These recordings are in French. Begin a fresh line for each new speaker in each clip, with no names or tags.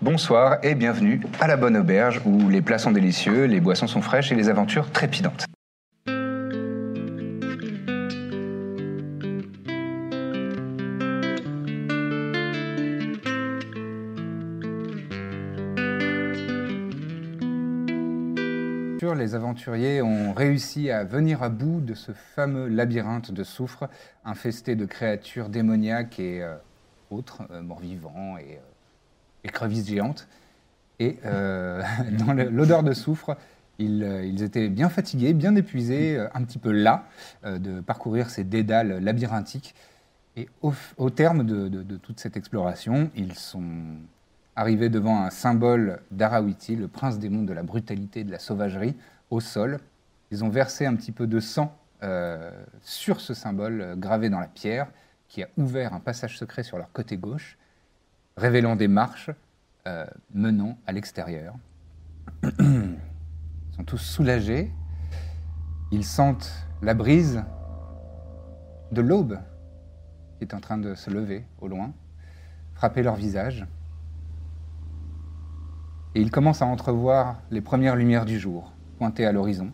Bonsoir et bienvenue à la Bonne Auberge où les plats sont délicieux, les boissons sont fraîches et les aventures trépidantes. Sûr, Les aventuriers ont réussi à venir à bout de ce fameux labyrinthe de soufre infesté de créatures démoniaques et euh, autres, euh, morts-vivants et euh, écrevisses géantes. Et euh, dans le- l'odeur de soufre, ils, euh, ils étaient bien fatigués, bien épuisés, euh, un petit peu las euh, de parcourir ces dédales labyrinthiques. Et au, f- au terme de, de- de toute cette exploration, ils sont arrivés devant un symbole d'Arawiti, le prince démon de la brutalité et de la sauvagerie, au sol. Ils ont versé un petit peu de sang euh, sur ce symbole euh, gravé dans la pierre, qui a ouvert un passage secret sur leur côté gauche révélant des marches euh, menant à l'extérieur. Ils sont tous soulagés. Ils sentent la brise de l'aube qui est en train de se lever au loin, frapper leur visage. Et ils commencent à entrevoir les premières lumières du jour, pointées à l'horizon.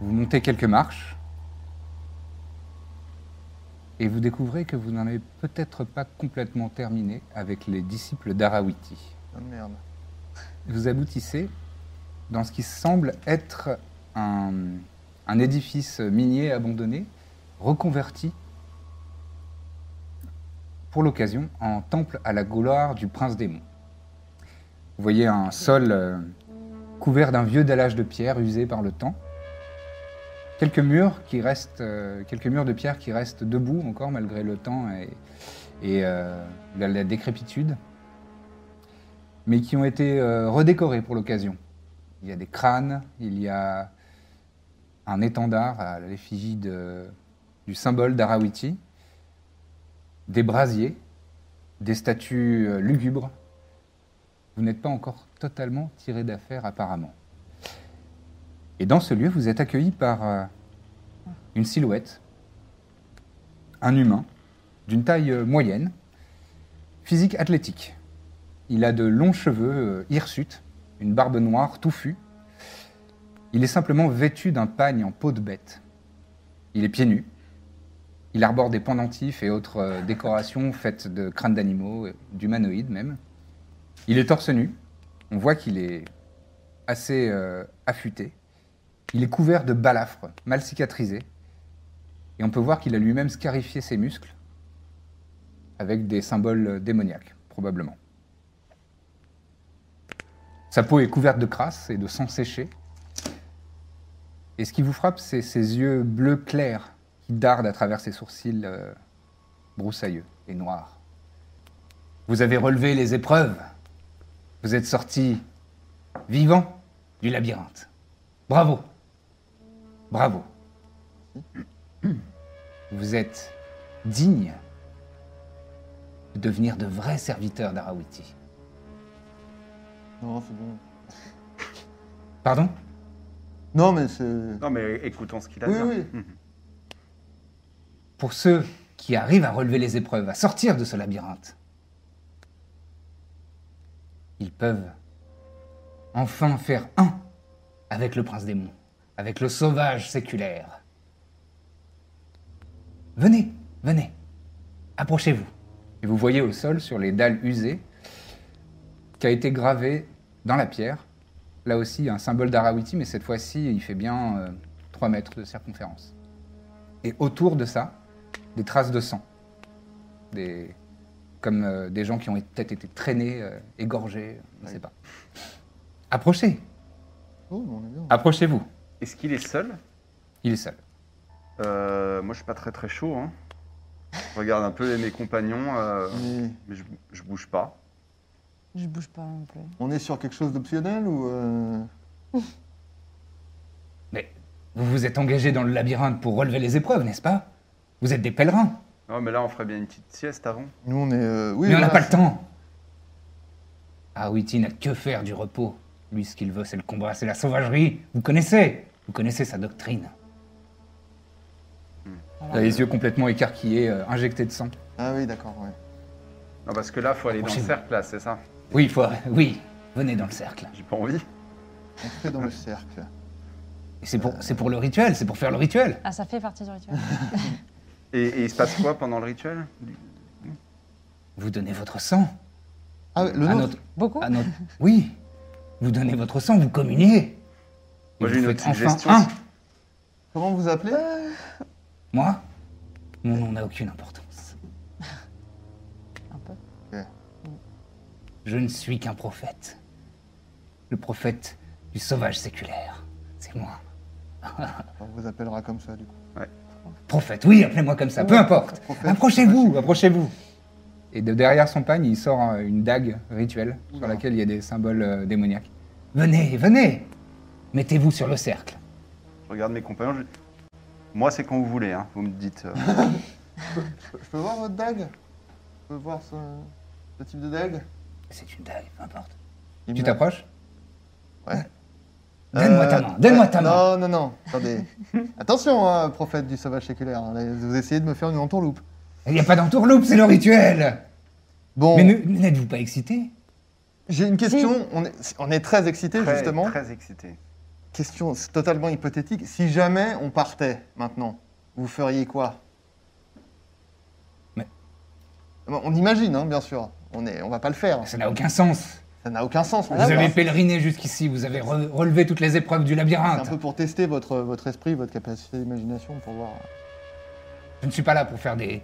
Vous montez quelques marches, et vous découvrez que vous n'en avez peut-être pas complètement terminé avec les disciples d'Arawiti.
Ah, merde.
Vous aboutissez dans ce qui semble être un, un édifice minier abandonné, reconverti pour l'occasion en temple à la gloire du prince démon. Vous voyez un sol euh, couvert d'un vieux dallage de pierre usé par le temps. Quelques murs, qui restent, euh, quelques murs de pierre qui restent debout encore malgré le temps et, et, euh, la, la décrépitude, mais qui ont été euh, redécorés pour l'occasion. Il y a des crânes, il y a un étendard à l'effigie de- du symbole d'Arawiti, des brasiers, des statues euh, lugubres. Vous n'êtes pas encore totalement tiré d'affaire apparemment. Et dans ce lieu, vous êtes accueilli par euh, une silhouette, un humain, d'une taille euh, moyenne, physique athlétique. Il a de longs cheveux euh, hirsutes, une barbe noire touffue. Il est simplement vêtu d'un pagne en peau de bête. Il est pieds nus. Il arbore des pendentifs et autres euh, décorations faites de crânes d'animaux, euh, d'humanoïdes même. Il est torse nu. On voit qu'il est assez euh, affûté. Il est couvert de balafres, mal cicatrisés. Et on peut voir qu'il a lui-même scarifié ses muscles avec des symboles euh, démoniaques, probablement. Sa peau est couverte de crasse et de sang séché. Et ce qui vous frappe, c'est ses yeux bleus clairs qui dardent à travers ses sourcils euh, broussailleux et noirs. Vous avez relevé les épreuves. Vous êtes sorti vivant du labyrinthe. Bravo. Bravo. Vous êtes digne de devenir de vrais serviteurs d'Arawiti.
Non, c'est bon.
Pardon
Non, mais c'est.
Non, mais écoutons ce qu'il a hein. à
Oui,
dire.
oui.
Pour ceux qui arrivent à relever les épreuves, à sortir de ce labyrinthe, ils peuvent enfin faire un avec le prince démon, avec le sauvage séculaire. Venez, venez, approchez-vous. Et vous voyez au sol, sur les dalles usées, qu'a été gravé dans la pierre, là aussi un symbole d'Arawiti, mais cette fois-ci il fait bien euh, 3 mètres de circonférence. Et autour de ça, des traces de sang. Des... Comme euh, des gens qui ont peut-être été traînés, euh, égorgés, on ne sait pas. Approchez,
Oh, mais on est bien.
approchez-vous.
Est-ce qu'il est seul
Il est seul.
Euh, Moi, je suis pas très très chaud. hein. regarde un peu mes compagnons, euh,
Mais
mais je, je bouge pas.
Je bouge pas non plus.
on est sur quelque chose d'optionnel ou. euh,
Mais vous vous êtes engagé dans le labyrinthe pour relever les épreuves, n'est-ce pas Vous êtes des pèlerins,
Non, mais là, on ferait bien une petite sieste avant.
Nous, on est. euh, Oui,
mais on n'a
voilà,
pas le temps. Arwiti n'a que faire du repos. Lui, ce qu'il veut, c'est le combat, c'est la sauvagerie. Vous connaissez Vous connaissez sa doctrine.
Voilà.
Hmm.
Il a les yeux complètement écarquillés, euh, injectés de sang.
Ah oui, d'accord, ouais.
Non, parce que là, faut aller dans le
Approchez-vous.
cercle, là, c'est ça
Oui, il faut... oui, venez dans le cercle.
J'ai pas envie.
On fait dans le cercle.
Et C'est pour, c'est pour le rituel, c'est pour faire le rituel.
Ah, ça fait partie du rituel.
Et, et il se passe quoi pendant le rituel
Vous donnez votre sang
Ah, le
à
nôtre
notre,
Beaucoup
à notre- Oui, vous donnez votre sang, vous communiez. Et
Moi, j'ai
vous
une autre
faites enfin
suggestion.
un.
Comment vous appelez
Ah.
Moi Mon nom n'a aucune importance.
Un peu.
Je ne suis qu'un prophète. Le prophète du sauvage séculaire. C'est moi.
On vous appellera comme ça, du coup.
Prophète, oui, appelez-moi comme ça, peu importe.
Prophète.
Approchez-vous, approchez-vous. Et de derrière son pagne, il sort euh, une dague rituelle sur
Oula.
laquelle il y a des symboles euh, démoniaques. Venez, venez Mettez-vous sur le cercle.
Je regarde mes compagnons. je- Moi, c'est quand vous voulez, hein. vous me dites. euh,
Je peux voir votre dague Je peux voir ce, ce type de dague
C'est une dague, peu importe.
Il
Tu
me-
t'approches
Ouais.
Donne-moi
Euh,
ta main, donne-moi
ouais,
ta main.
Non, non, non. Attendez. Attention, hein, prophète du sauvage séculaire. hein, là, Vous essayez de me faire une entourloupe.
Il n'y a pas d'entourloupe, c'est le rituel
Bon,
Mais ne- n'êtes-vous pas excité
j'ai une question. On est, on est très excités,
très,
justement.
Très excité.
Question totalement hypothétique. Si jamais on partait maintenant, vous feriez quoi
Mais-
Bon, On imagine, hein, bien sûr. On est, on va pas le faire.
Ça n'a aucun sens.
Ça n'a aucun sens.
Vous avez pèleriné jusqu'ici, vous avez re- relevé toutes les épreuves du
C'est un
labyrinthe.
peu pour tester votre, votre esprit, votre capacité d'imagination, pour voir.
Je ne suis pas là pour faire des.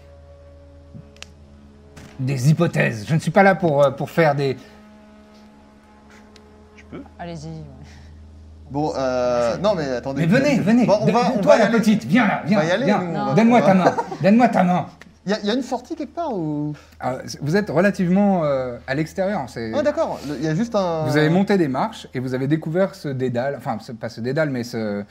des hypothèses. Je ne suis pas là pour, euh, pour faire des.
Je peux
Allez-y. ouais.
Bon, euh, non, mais attendez.
Mais venez, venez
Bon, on
de-
va,
de-
on
Toi,
va y
la
aller.
petite, viens là, viens.
va y aller,
viens.
nous,
on va-
Donne-moi
on
ta
va-
main, donne-moi ta main.
Il y, a- il y a une sortie quelque part ou
Ah, vous êtes relativement euh, à l'extérieur. c'est-
Ah d'accord, le- il y a juste un.
Vous avez monté des marches et vous avez découvert ce dédale, enfin ce- pas ce dédale, mais ce,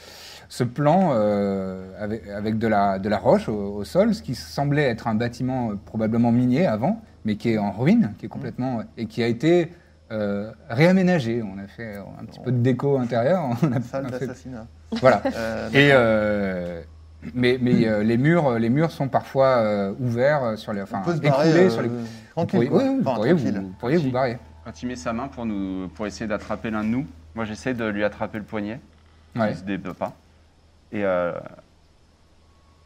ce plan euh, avec, avec de, la, de la roche au, au sol, ce qui semblait être un bâtiment euh, probablement minier avant, mais qui est en ruine, qui est complètement et qui a été euh, réaménagé. On a fait euh, un petit peu de déco intérieure. On a,
Salle
on a fait-
d'assassinat.
voilà.
Euh,
Et euh, mais, mais euh, les murs, les murs sont parfois euh, ouverts euh, sur les, enfin
on peut se barrer.
écroulés
euh,
sur les.
Tranquille.
Vous pourriez-
quoi.
oui, oui, vous
Enfin,
pourriez vous-
tranquille.
vous pourriez vous barrer.
Quand il met sa main pour, nous, pour essayer d'attraper l'un de nous, moi, j'essaie de lui attraper le poignet.
Ouais.
Il se débat pas. Et euh,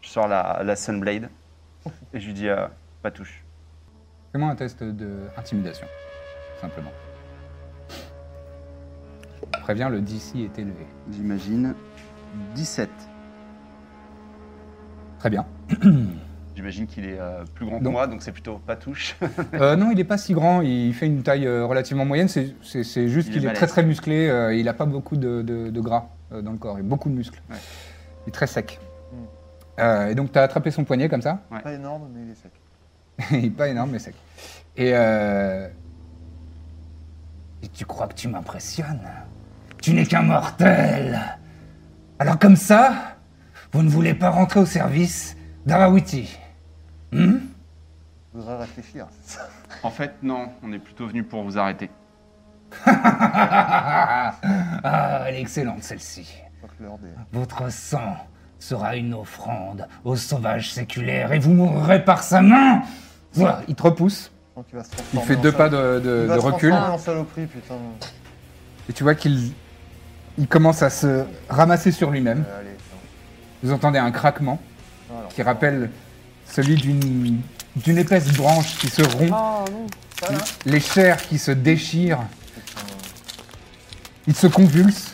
je sors la, la Sunblade et je lui dis euh, pas touche.
Fais-moi un test d'intimidation, simplement. Je Préviens, le DC est élevé.
J'imagine 17.
Très bien.
J'imagine qu'il est euh, plus grand que
Non.
moi, donc c'est plutôt pas touche.
Euh, non, il n'est pas si grand, il fait une taille euh, relativement moyenne, c'est- c'est c'est juste
Il
qu'il
est
est,
balèze.
très très musclé, euh, il n'a pas beaucoup de, de- de gras euh, dans le corps, il a beaucoup de muscles.
Ouais.
Il est très sec.
Mm.
Euh, et donc tu as attrapé son poignet comme ça,
Pas énorme, mais il est sec.
il n'est pas énorme mais sec. Et, euh, et tu crois que tu m'impressionnes Tu n'es qu'un mortel Alors comme ça, vous ne voulez pas rentrer au service d'Arawiti Hmm
Je voudrais réfléchir. c'est ça.
en fait, non, on est plutôt venu pour vous arrêter.
Ah, elle est excellente celle-ci.
Je crois que l'heure
Ah.
des-
Votre sang sera une offrande au sauvage séculaire et vous mourrez par sa main Voilà, il te repousse.
je crois qu'il va se
Il
transformer
fait
en
deux
sal-
pas de,
Il
de-
va
de
se
recul
transformer en saloperie, putain. Euh,
et tu vois qu'il il commence à se ramasser sur lui-même.
Euh, allez, tiens.
Vous entendez un craquement
Non, alors,
qui rappelle celui d'une d'une épaisse branche qui se rompt,
Oh non.
ça, là,
les chairs qui se déchirent.
putain.
Il se convulse.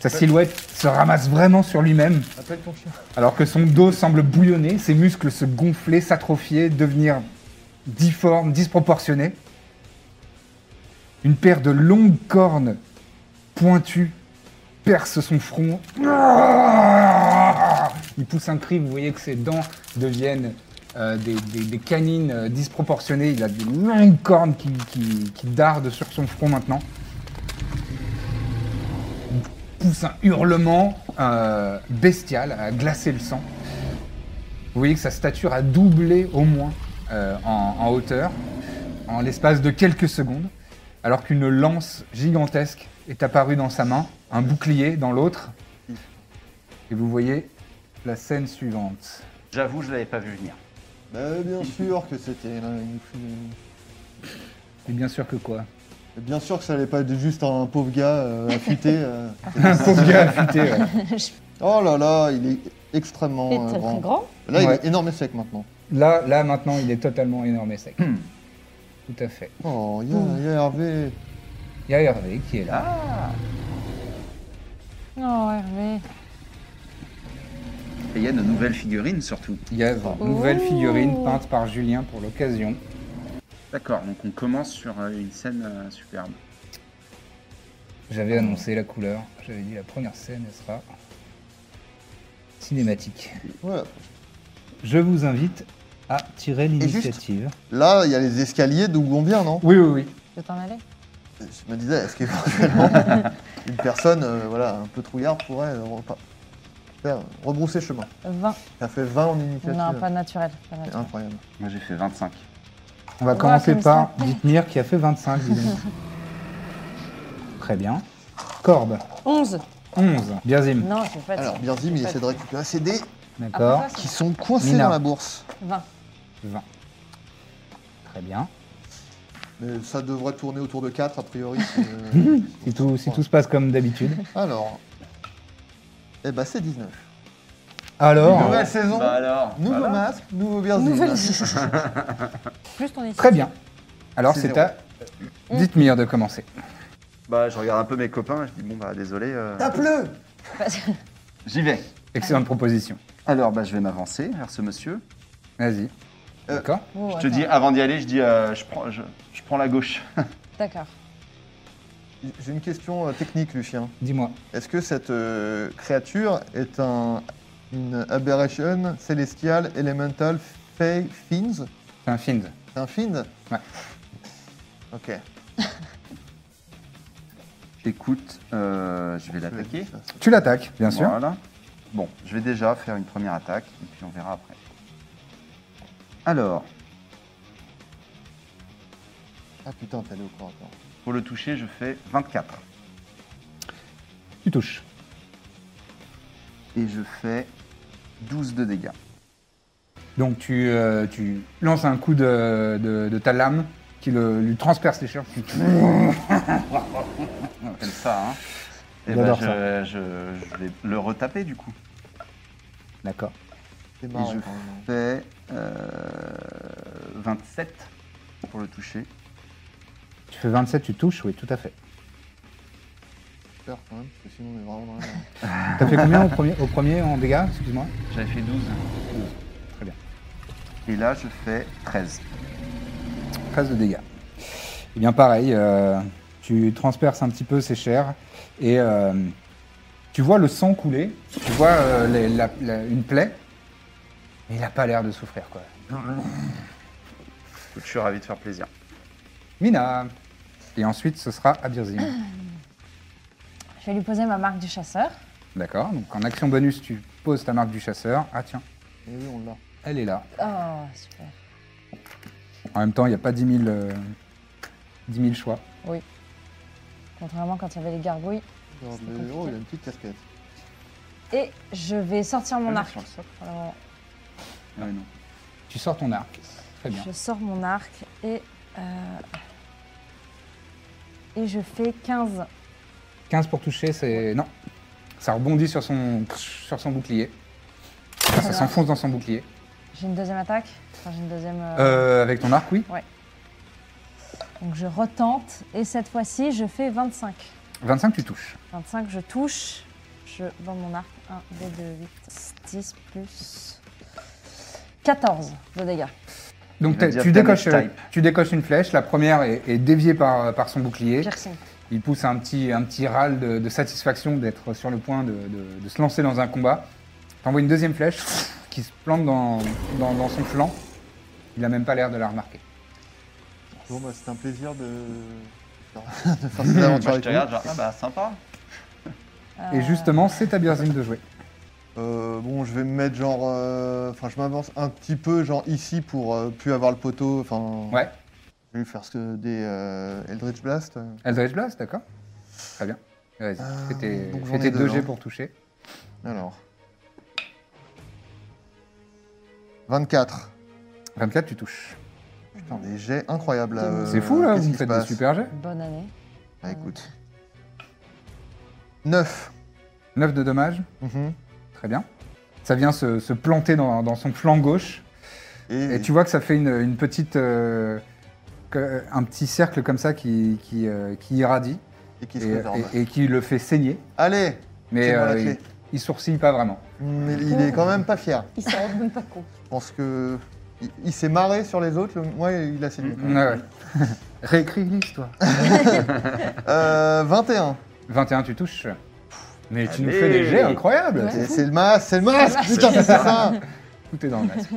Sa silhouette se ramasse vraiment sur lui-même.
Appelle ton chien.
Alors que son dos semble bouillonner, ses muscles se gonfler, s'atrophier, devenir difformes, disproportionnés. Une paire de longues cornes pointues perce son front. Il pousse un cri, vous voyez que ses dents deviennent euh, des, des- des canines euh, disproportionnées. Il a des longues cornes qui, qui- qui dardent sur son front maintenant. Il pousse un hurlement euh, bestial à glacer le sang. Vous voyez que sa stature a doublé au moins euh, en, en hauteur en l'espace de quelques secondes, alors qu'une lance gigantesque est apparue dans sa main, un bouclier dans l'autre. Et vous voyez la scène suivante.
J'avoue, je l'avais pas vu venir.
Bah, bien sûr que c'était. là, une-
Et bien sûr que quoi
Bien sûr que ça allait pas être juste un pauvre gars euh, affûté. euh.
Un pauvre gars affûté, ouais.
Oh là là, il est extrêmement
Il est
euh,
très,
grand.
très grand.
Là,
Ouais.
il est énorme et sec maintenant.
Là, là, maintenant, il est totalement énorme et sec. Tout à fait.
Oh, il y, a- il y a Hervé.
Il y a Hervé qui est là.
Ah
Oh, Hervé.
Et il y a de nouvelles figurines surtout.
Il y a une nouvelle
Oh.
figurine peinte par Julien pour l'occasion.
D'accord, donc on commence sur euh, une scène euh, superbe.
J'avais annoncé la couleur. J'avais dit la première scène, elle sera cinématique.
Ouais.
Je vous invite à tirer
juste- Là, il y a les escaliers d'où on vient, non
Oui, oui, oui.
Je vais t'en aller.
Je me disais, est-ce qu'éventuellement, une personne euh, voilà, un peu trouillard pourrait euh, repa- faire, rebrousser chemin
20.
Ça fait 20 en initiative.
Non, pas naturel. Pas
C'est
naturel.
incroyable.
Moi j'ai fait 25.
On va
Ouah,
commencer
comme
par
ça.
Dithmir qui a fait 25, dis donc. Très bien. Corbe,
11.
11. Birzim,
Non, je vais pas
Alors,
dire.
Birzim, il
Pas
essaie de récupérer ses dés
Hmm. d'accord.
Après Ah, ça,
qui sont coincés
Mina.
dans la bourse.
20.
20. Très bien.
Mais ça devrait tourner autour de 4, a priori.
Si tout, si tout se passe comme d'habitude.
Alors, eh ben, c'est 19.
Alors,
Nouvelle saison,
Bah alors
nouveau
voilà.
masque, nouveau Birzim.
Nouvelle vie. Plus ton
très bien. Alors,
C'est
c'est
zéro.
à Dithmir de commencer.
Bah je regarde un peu mes copains, je dis bon bah désolé. euh,
Tape-le
J'y vais.
Excellente proposition.
Alors bah je vais m'avancer vers ce monsieur.
Vas-y.
Euh,
D'accord
Oh,
Je te dis avant d'y aller, je dis euh, je prends je, je prends la gauche.
D'accord.
J'ai une question euh, technique, Lucien.
Dis-moi.
Est-ce que cette euh, créature est un, une aberration célestial elemental fey fins
C'est un Find.
C'est un fin
Ouais.
Ok.
J'écoute, euh, je vais l'attaquer.
Tu l'attaques, bien sûr.
Voilà. Bon, je vais déjà faire une première attaque et puis on verra après. Alors,
Ah putain, t'es allé au corps à corps.
pour le toucher, je fais 24.
Tu touches.
Et je fais 12 de dégâts.
Donc, tu, euh, tu lances un coup de, de- de ta lame qui le- lui transperce les chairs.
Comme ça, hein. Et
J'adore
je, je- je vais le retaper du coup.
D'accord.
C'est
Et
marrant.
je
quand même. hein.
fais euh, 27 pour le toucher.
Tu fais 27, tu touches, oui, tout à fait.
J'ai peur quand même, parce que sinon on est vraiment dans la merde.
T'as fait combien au premier, au premier en dégâts, excuse-moi
J'avais fait 12.
Très bien.
Oh, Et là, je fais 13.
13 de dégâts. Eh bien, pareil, euh, tu transperces un petit peu ses chairs et euh, tu vois le sang couler, tu vois euh, les- la- la- une plaie, mais il a pas l'air de souffrir, quoi.
Je suis ravi de faire plaisir.
Mina Et ensuite, ce sera à Birzim.
Je vais lui poser ma marque du chasseur.
D'accord Donc, en action bonus, tu poses ta marque du chasseur. Ah, tiens,
Et Eh oui, on l'a.
elle est là.
Oh, super.
En même temps, il n'y a pas 10 000, euh, 10 000 choix.
Contrairement quand il y avait les gargouilles.
Regarde,
C'est
le-
compliqué.
Oh, il a une petite casquette.
Et je vais sortir mon arc.
Sur le socle
Pour le moment.
Ah oui, non.
Tu sors ton arc. Très bien.
Je sors mon arc et. euh, Et je fais 15.
15 pour toucher, c'est. Non. Ça rebondit sur son, sur son bouclier. Enfin, ça
bien.
s'enfonce dans son bouclier.
J'ai une deuxième attaque. Enfin, j'ai une deuxième. euh,
Euh, avec ton arc, oui.
Donc je retente et cette fois-ci je fais 25.
25, tu touches.
25, je touche. Je vends mon arc. 1, 2, 2, 8, 10 plus. 14 de dégâts.
Donc
Il va
t'as-
dire
tu
damage
décoches, euh,
type.
tu décoches une flèche. La première est, est déviée par, par son bouclier.
Piercing.
Il pousse un petit, un petit râle de, de satisfaction d'être sur le point de, de- de se lancer dans un combat. T'envoies une deuxième flèche. qui se plante dans, dans- dans son flanc. Il a même pas l'air de la remarquer.
Bon, bah, c'était un plaisir de, de faire
Euh,
cette aventure
Moi, je
avec
te
vous.
regarde, genre, ah bah sympa.
Ah.
Euh,
Et justement, c'est à Birzim de jouer.
Euh, bon, je vais me mettre genre. euh, Enfin, je m'avance un petit peu, genre ici pour euh, plus avoir le poteau. Enfin,
Ouais,
je vais lui faire ce que des euh, Eldritch Blast.
Eldritch Blast, d'accord Très bien. Vas-y,
Euh,
fais tes,
donc j'en
fais
ai
tes
deux,
deux jets
hein.
pour toucher.
Alors. 24.
24, tu touches.
Putain, des jets incroyables là. euh,
c'est fou, là,
qu'est-ce
vous me
qui se
faites des
passe
super jets.
Bonne année.
Ah,
Euh.
écoute. 9.
9 de dommages, très bien. Ça vient se, se planter dans, dans son flanc gauche.
Et,
Et tu vois que ça fait une, une petite... euh, que- un petit cercle comme ça qui, qui, euh, qui irradie
et qui
et,
se résorbe.
et- et qui le fait saigner.
Allez
Mais
Tiens-moi la
euh,
clé.
il, il sourcille pas vraiment.
Mais il est quand même pas fier.
Il s'en rend même pas compte.
Je pense que. Il, il s'est marré sur les autres, le- moi il a saigné.
Ah Ouais, ouais. Réécris l'histoire.
Euh, 21.
21, tu touches. Mais tu nous
Allez.
fais des jets incroyables.
Ouais.
Et C'est le masque, c'est le masque,
C'est le
putain, c'est ça
Tout est dans le masque.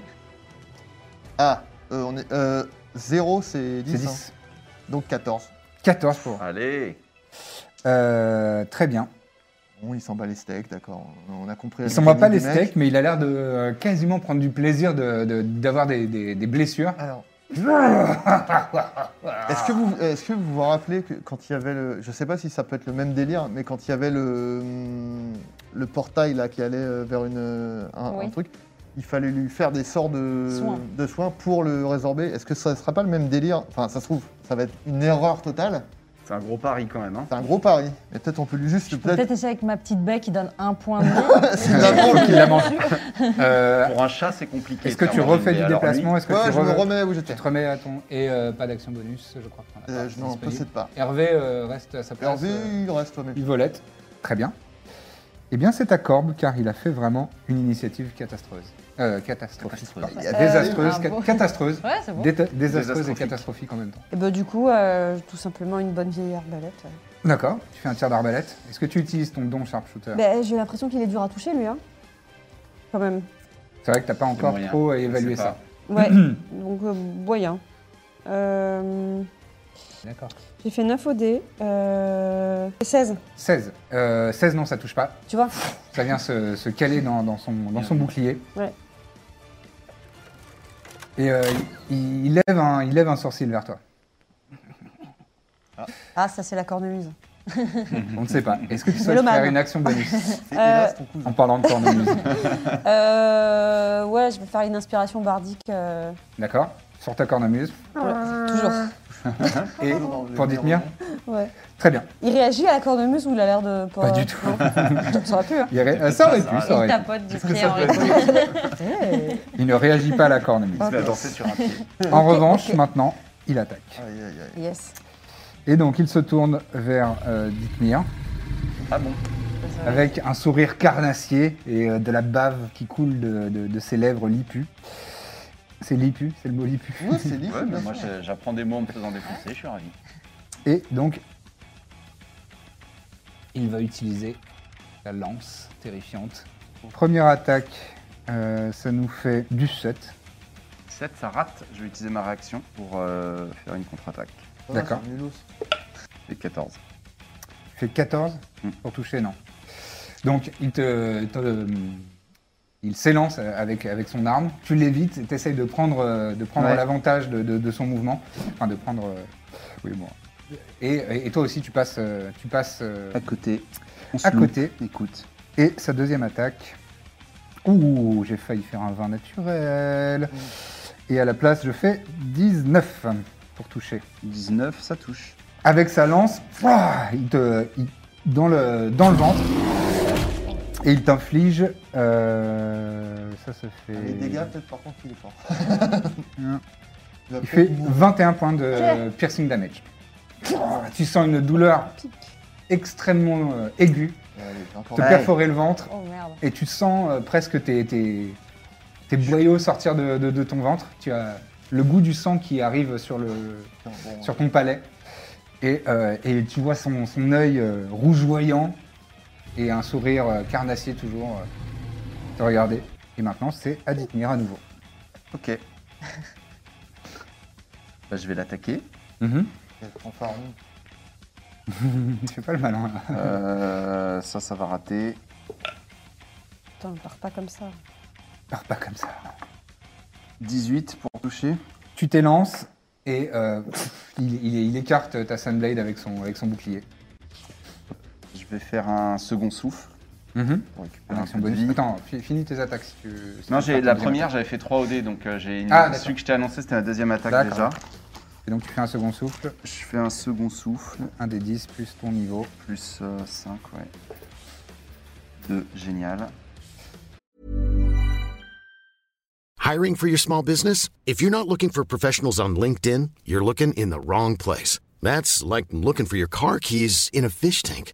Ah, euh, on est. Euh, 0, c'est 10.
C'est
hein.
10.
Donc 14.
14 pour.
Allez.
Euh, très bien.
Bon, il s'en bat les steaks, d'accord. On a compris. la
Il s'en bat pas les
mécanique du mec.
steaks, mais il a l'air de euh, quasiment prendre du plaisir d'avoir de, d'avoir des, des- des blessures.
Alors, Est-ce que, vous, est-ce que vous vous rappelez que quand il y avait le. Je sais pas si ça peut être le même délire, mais quand il y avait le. hum, Le portail là qui allait euh, vers une, euh, un, un
Oui.
truc, il fallait lui faire des sorts de
Soins.
de soins pour le résorber. Est-ce que ça sera pas le même délire Enfin, ça se trouve, ça va être une erreur totale.
C'est un gros pari quand même. Hein.
C'est un gros pari. Mais peut-être on peut lui juste.
Je peux
Peut-être.
peut-être essayer avec ma petite baie qui donne un point de vie.
C'est la drôle
Il la mange. Euh,
Pour un chat, c'est compliqué.
Est-ce que tu
clairement,
refais
mais
du
alors lui-
déplacement Est-ce que
Ouais,
tu
je me
re-
remets où
tu
j'étais.
te remets à ton. Et euh, pas d'action bonus, je crois. Enfin,
Euh,
pas
je n'en
disponible.
possède pas. Ah,
Hervé euh, reste à sa place.
Hervé,
euh,
il reste toi-même.
Il volette. Très bien. Eh bien, c'est à Corbe, car il a fait vraiment une initiative catastrophique. Euh, catastrophique. pardon.
Il y a-
Désastreuse,
Euh,
ca-
bravo.
catastreuse.
Ouais, c'est bon.
Déta- désastreuse et
Désastrophique.
catastrophique en même temps.
Et bah du coup, euh, tout simplement une bonne vieille arbalète.
D'accord, tu fais un tir d'arbalète. Est-ce que tu utilises ton don sharpshooter
Bah, j'ai l'impression qu'il est dur à toucher lui, hein. Quand même.
C'est vrai que t'as pas encore
moyen.
trop
Je sais
évalué
pas.
ça.
Ouais, donc euh, moyen. Euh,
D'accord.
j'ai fait 9 au dé. Euh, et 16.
16. Euh, 16, non, ça touche pas.
Tu vois
Ça vient se, se caler dans, dans son, dans son bouclier.
Ouais.
Et euh, il, il lève un, il lève un sourcil vers toi.
Ah, ça c'est la cornemuse.
On ne sait pas. Est-ce que tu souhaites
Mélomane.
faire une action bonus
C'est hélas ton cousin.
en parlant de cornemuse
Euh, ouais, je vais faire une inspiration bardique. euh,
D'accord Sur ta cornemuse.
toujours.
Euh.
Et
Non, non,
pour
je vais
Dithmir
Ouais.
Très bien.
Il réagit à la cornemuse ou il a l'air de
Pas du tout.
Non. euh, Ça aurait pu, hein.
Il y aurait- euh, ça aurait pu, ça
Il
aurait pu.
tapote du pied en l'air.
Il ne réagit pas à la cornemuse.
Il va danser sur un pied.
En
Ok,
revanche,
ok.
maintenant, il attaque.
Aïe, aïe, aïe.
Yes.
Et donc, il se tourne vers euh, Dithmir
Ah bon
avec un sourire carnassier et euh, de la bave qui coule de, de- de ses lèvres lipues. C'est lipu, c'est le mot lipu.
Ouais, c'est libre.
Ouais, mais
bien
moi
sûr.
je- j'apprends des mots en me faisant défoncer, je suis ravi.
Et donc, il va utiliser la lance terrifiante. Première attaque, euh, ça nous fait du 7.
7, ça rate. Je vais utiliser ma réaction pour euh, faire une contre-attaque.
Ah,
D'accord.
c'est nulos.
Et 14.
Tu fais 14
Mm.
pour toucher, non. Donc, il te. te- il s'élance avec, avec son arme, tu l'évites, tu essayes de prendre, euh, de prendre
Ouais.
l'avantage de, de- de son mouvement. Enfin, de prendre. euh, oui, bon. Et, et- et toi aussi, tu passes, euh, tu passes euh,
À côté.
à côté.
Écoute.
Et sa deuxième attaque. Ouh, j'ai failli faire un vin naturel. Et à la place, je fais 19 pour toucher.
19, ça touche.
Avec sa lance, pouah, il te. il- dans, le, dans le ventre. Et il t'inflige. euh, ça, ça fait.
Ah, Les dégâts, peut-être par contre, il est fort.
Hein.
Il va
Il
peut-être
fait
mourir.
21 points de euh, piercing damage. Pouah, Tu sens une douleur extrêmement euh, aiguë
Ouais, il est encore
te
là.
perforer le ventre.
Oh merde.
et tu sens euh, presque tes, tes, tes boyaux sortir de, de- de ton ventre. Tu as le goût du sang qui arrive sur, le,
Putain, bon,
sur ton palais. Et, euh, et tu vois son, son œil euh, rougeoyant et un sourire euh, carnassier toujours euh, te regarder. Et maintenant, c'est Aditmir à nouveau.
Ok. Bah, je vais l'attaquer. Mhm.
Et fanfaron.
Tu fais pas le malin. là.
Euh, ça, ça va rater.
Putain, on part pas comme ça.
Pars pas comme ça.
18 pour toucher.
Tu t'élances et euh, il, il- il écarte ta Sunblade avec son, avec son bouclier.
Je vais faire un second souffle
Mm-hmm.
pour récupérer
Avec
un
son
peu de
bonus.
vie.
Attends, fi- finis tes attaques si tu si
Ah, Non,
tu
j'ai
veux faire ton
la
deuxième
première,
attaque.
j'avais fait 3 au dé, donc euh, j'ai une...
Ah, d'accord.
celui que je t'ai annoncé, c'était la deuxième attaque déjà.
D'accord. Et donc tu fais un second souffle,
Je fais un second souffle,
un des 10 plus ton niveau.
plus 5, ouais. 2, génial.
Hiring for your small business? If you're not looking for professionals on LinkedIn, you're looking in the wrong place. That's like looking for your car keys in a fish tank.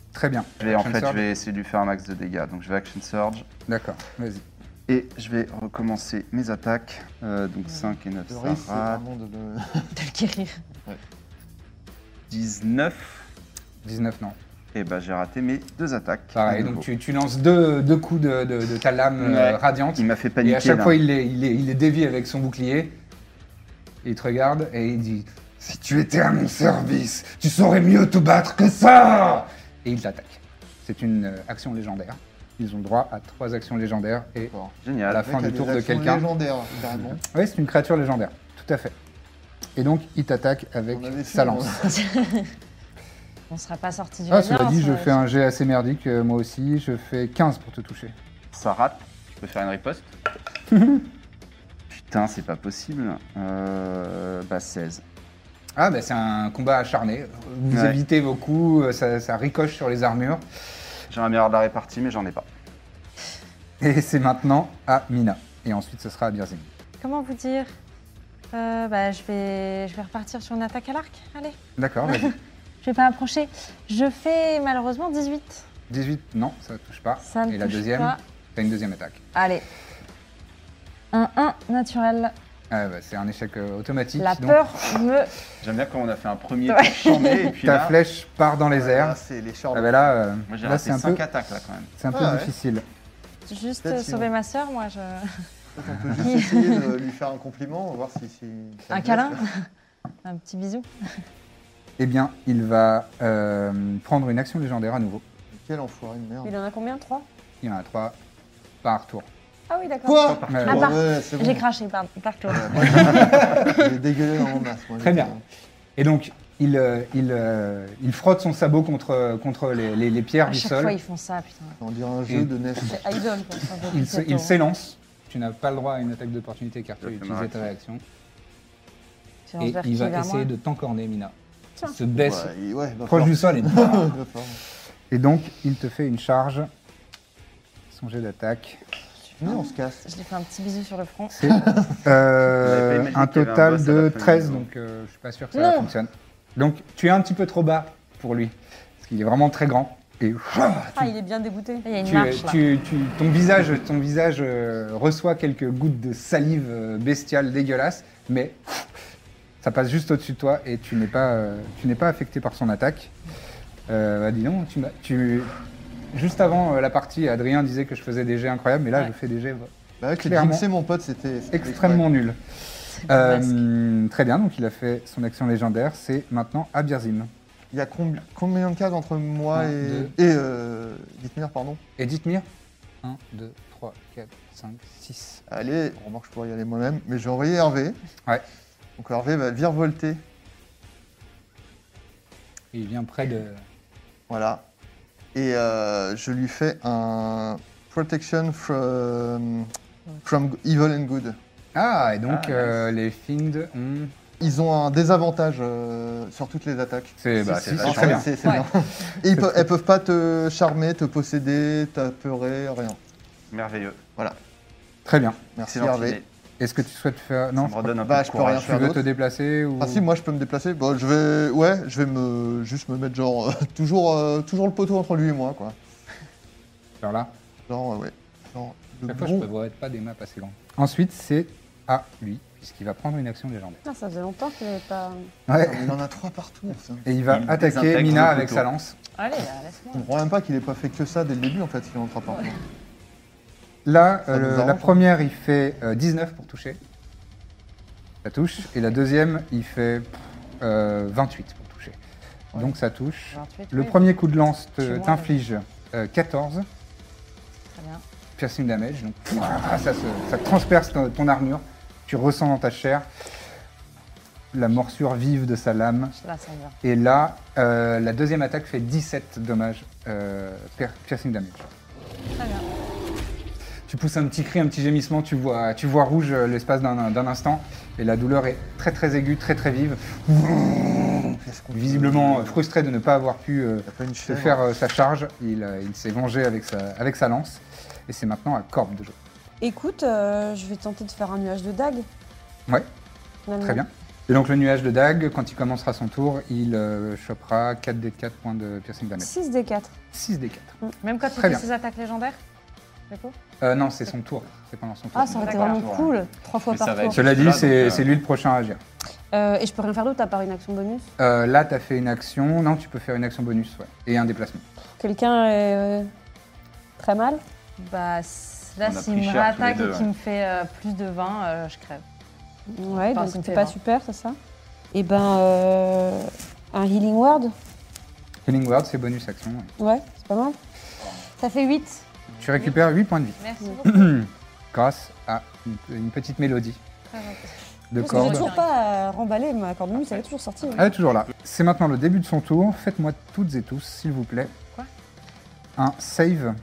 Très bien.
Je vais, en
Action
fait, je
surge.
vais essayer de lui faire un max de dégâts. Donc je vais Action Surge
D'accord, vas-y.
et je vais recommencer mes attaques. Euh, donc 5 et 9,
Le
ça
risque, c'est
rate.
vraiment de le-
de le guérir.
19.
19 non.
Et bah j'ai raté mes deux attaques.
Pareil,
De
donc
nouveau.
tu, tu lances deux, deux coups de, de- de ta lame euh,
Ouais.
radiante.
Il m'a fait
Et
paniquer.
à chaque
là.
fois, il les, il, les- il les dévie avec son bouclier. Il te regarde et il dit Si tu étais à mon service, tu saurais mieux te battre que ça Et il t'attaque. C'est une euh, action légendaire. Ils ont le droit à trois actions légendaires. Et...
D'accord.
Génial.
à la
Le
fin
mec a
du
des
tour de
actions
quelqu'un.
légendaires, carrément.
Oui, c'est une créature légendaire, tout à fait. Et donc, il t'attaque avec
On avait euh, su,
sa lance.
On sera pas sorti du
Ah, cela
labyrinthe,
dit, je
euh,
fais un jet assez merdique, euh, moi aussi. Je fais 15 pour te toucher.
Ça rate. Je peux faire une riposte. Putain, c'est pas possible. Euh, bah 16.
Ah, bah, c'est un combat acharné. Vous
Ouais.
évitez vos coups, euh, ça, ça ricoche sur les armures.
J'aimerais bien avoir de la répartie, mais j'en ai pas.
Et c'est maintenant à Mina. Et ensuite, ce sera à Birzim.
Comment vous dire Euh, bah, je, vais, je vais repartir sur une attaque à l'arc. Allez,
D'accord, vas-y.
je vais pas m'approcher. Je fais malheureusement 18.
18, non, ça touche pas.
Ça ne
Et la
touche
deuxième,
pas.
t'as une deuxième attaque.
Allez. Un 1 naturel.
Ah, bah, c'est un échec euh, automatique.
La
donc
peur me.
J'aime bien quand on a fait un premier
Ouais.
tour chambé, et puis
Ta
là,
flèche part dans les
Ouais, là,
airs.
C'est les
Ah,
charmes.
bah, là, euh,
moi j'ai
là
raté
c'est un
5
peu,
attaques là quand même.
c'est un peu
Ah, ouais.
difficile.
Juste
Peut-être
euh,
si
sauver
on-
ma sœur, moi. Je...
On peut juste essayer de lui faire un compliment, on va voir si. si- si-
Un câlin Un petit bisou.
Eh bien, il va euh, prendre une action légendaire à nouveau.
Quel enfoiré de merde.
Il en a combien Trois
Il y en a 3 par tour.
Ah oui, d'accord.
Quoi
Ouais,
Ah,
ouais.
bah. par-
Ouais, c'est bon.
J'ai craché, pardon. Par Claude.
Euh,
J'ai dégueulé dans mon masque. moi,
Très
j'étais-
bien. Et donc, il, euh, il, euh, il frotte son sabot contre, contre les, les- les pierres
À
du
chaque
sol.
fois, ils font ça, putain.
On dirait un jeu de neige.
C'est Idol, quoi. Enfin,
Il
c'est
se-
tôt,
il
hein.
s'élance. Tu n'as pas le droit à une attaque d'opportunité car tu as
Ça fait
utilisé ta réaction.
Tu lances
Et
vers qui
il va
Vers moi
essayer de t'encorner, Mina. Il
Tiens.
se baisse
Ouais, ouais, va
proche
falloir-
du sol et...
va falloir.
et donc, il te fait une charge. Son jet d'attaque.
Nous, on se casse.
Je lui fais un petit bisou sur le front.
C'est euh,
J'avais pas imaginé
un
qu'il y avait un
total
boss à la
de
fin du
13,
niveau.
donc euh, je suis pas sûr que ça fonctionne. Donc, tu es un petit peu trop bas pour lui. Parce qu'il est vraiment très grand. Et
Ah, il est bien dégoûté.
Il y a une
tu,
marche, là.
tu- tu- ton visage, ton visage euh, reçoit quelques gouttes de salive euh, bestiale dégueulasse, mais ça passe juste au-dessus de toi et tu n'es pas, euh, tu n'es pas affecté par son attaque. Euh, bah, dis donc, tu, m'as- tu- juste avant euh, la partie, Adrien disait que je faisais des jets incroyables, mais là
Ouais.
je fais des jets
Bah, ouais, que
Clairement.
Jinxé, mon pote, c'était. c'était
extrêmement nuls.
le masque.
Euh, très bien, donc il a fait son action légendaire, c'est maintenant à Birzim.
Il y a combi- combien de cases entre moi
Un,
et.
deux.
Et. Euh, Dithmir, pardon.
Et dites-moi 1, 2, 3, 4, 5, 6.
Allez, on remarque, je pourrais y aller moi-même. Mais j'ai envoyé Hervé.
Ouais.
Donc Hervé va virevolter.
Il vient près de.
Voilà. Et euh, je lui fais un Protection from, from Evil and Good.
Ah, et donc
Ah,
euh, les Find ont.
Ils ont un désavantage euh, sur toutes les attaques.
C'est
Si,
bah,
c'est
si,
vachement
c'est très bien.
C'est- c'est
Ouais.
bien. Et ils peuvent, elles peuvent pas te charmer, te posséder, t'apeurer, rien.
Merveilleux.
Très bien.
Merci
Excellent
Hervé.
idée.
Est-ce que tu souhaites faire.
Ça
Non,
me redonne un peu
Bah,
de
je peux rien
courage.
tu veux
d'autre.
te déplacer ou...
Ah si, moi je peux me déplacer. Bon, je vais, ouais, je vais me juste me mettre genre euh, toujours, euh, toujours le poteau entre lui et moi, quoi.
Faire là.
Genre, euh, ouais. Genre, le
Chaque fois, je
gros-
prévois pas des maps assez grandes. Ensuite, c'est à lui, puisqu'il va prendre une action légendaire.
Putain, Ah, ça faisait longtemps qu'il avait pas.
Ouais.
Il en a trois partout. hein, ça.
Et il va
Il
attaquer
désintègre
Mina
le
avec
couteau.
sa lance.
Allez, là, laisse-moi.
Je comprends même pas qu'il ait pas fait que ça dès le début en fait, qu'il en trois partout.
Là,
Ça
euh,
nous
le-
arrange,
la
hein.
première, il fait euh, 19 pour toucher. Ça touche. Et la deuxième, il fait pff, euh, 28 pour toucher. Donc ça touche.
28,
Le
oui,
premier coup de lance te-
Chez moi,
t'inflige euh, 14
Très bien.
piercing damage. Donc ouah, ça, se- ça transperce ton, ton armure. Tu ressens dans ta chair la morsure vive de sa lame.
Là, ça vient.
Et là, euh, la deuxième attaque fait 17 dommages euh, pier- piercing damage.
Très bien.
Tu pousses un petit cri, un petit gémissement, tu vois, tu vois rouge euh, l'espace d'un d'un instant, et la douleur est très très aiguë, très très vive.
Qu'est-ce qu'on peut-
Visiblement euh, frustré de ne pas avoir pu euh,
Il a pas une
se
chèvre.
faire euh, sa charge, il, euh, il s'est vengé avec sa, avec sa lance, et c'est maintenant à Corbe de jeu.
Écoute, euh, je vais tenter de faire un nuage de dague.
Ouais,
finalement.
très bien. Et donc le nuage de Dag, quand il commencera son tour, il euh, chopera 4 des 4 points de piercing damage.
6 des 4.
6 des 4.
Même quand il
Très
fait
bien.
ses attaques légendaires Du coup
Euh, non, c'est son tour, c'est pendant son tour.
Ah, ça aurait été
D'accord.
vraiment cool. 3 fois
Mais ça
par
va
tour.
être-
Cela dit,
Là,
c'est
donc, euh,
c'est lui le prochain à agir.
Euh, et je peux rien faire d'autre à part une action bonus.
Euh, là, tu as fait une action. Non, tu peux faire une action bonus ouais. et un déplacement.
Quelqu'un est euh, très mal.
Bah, c- là,
On a
s'il
pris
me
cher tous les
réattaque
deux,
et qu'il me fait euh, plus de 20, euh, je crève.
Ouais,
Enfin,
donc
c'était
c'est pas
vingt.
super, c'est ça Et ben, euh, un healing word
Healing Word, c'est bonus action. ouais.
Ouais, c'est pas mal.
Ça fait Mmh. 8.
Tu récupères 8 points de vie
Merci beaucoup.
grâce à une, une petite mélodie
Très gentil.
de
Ah, Parce que j'ai
cordes.
toujours pas euh, remballé ma cornemuse, elle est toujours sortie. ouais.
Ah.
Elle est toujours là. C'est maintenant le début de son tour. Faites-moi toutes et tous, s'il vous plaît,
Quoi
un save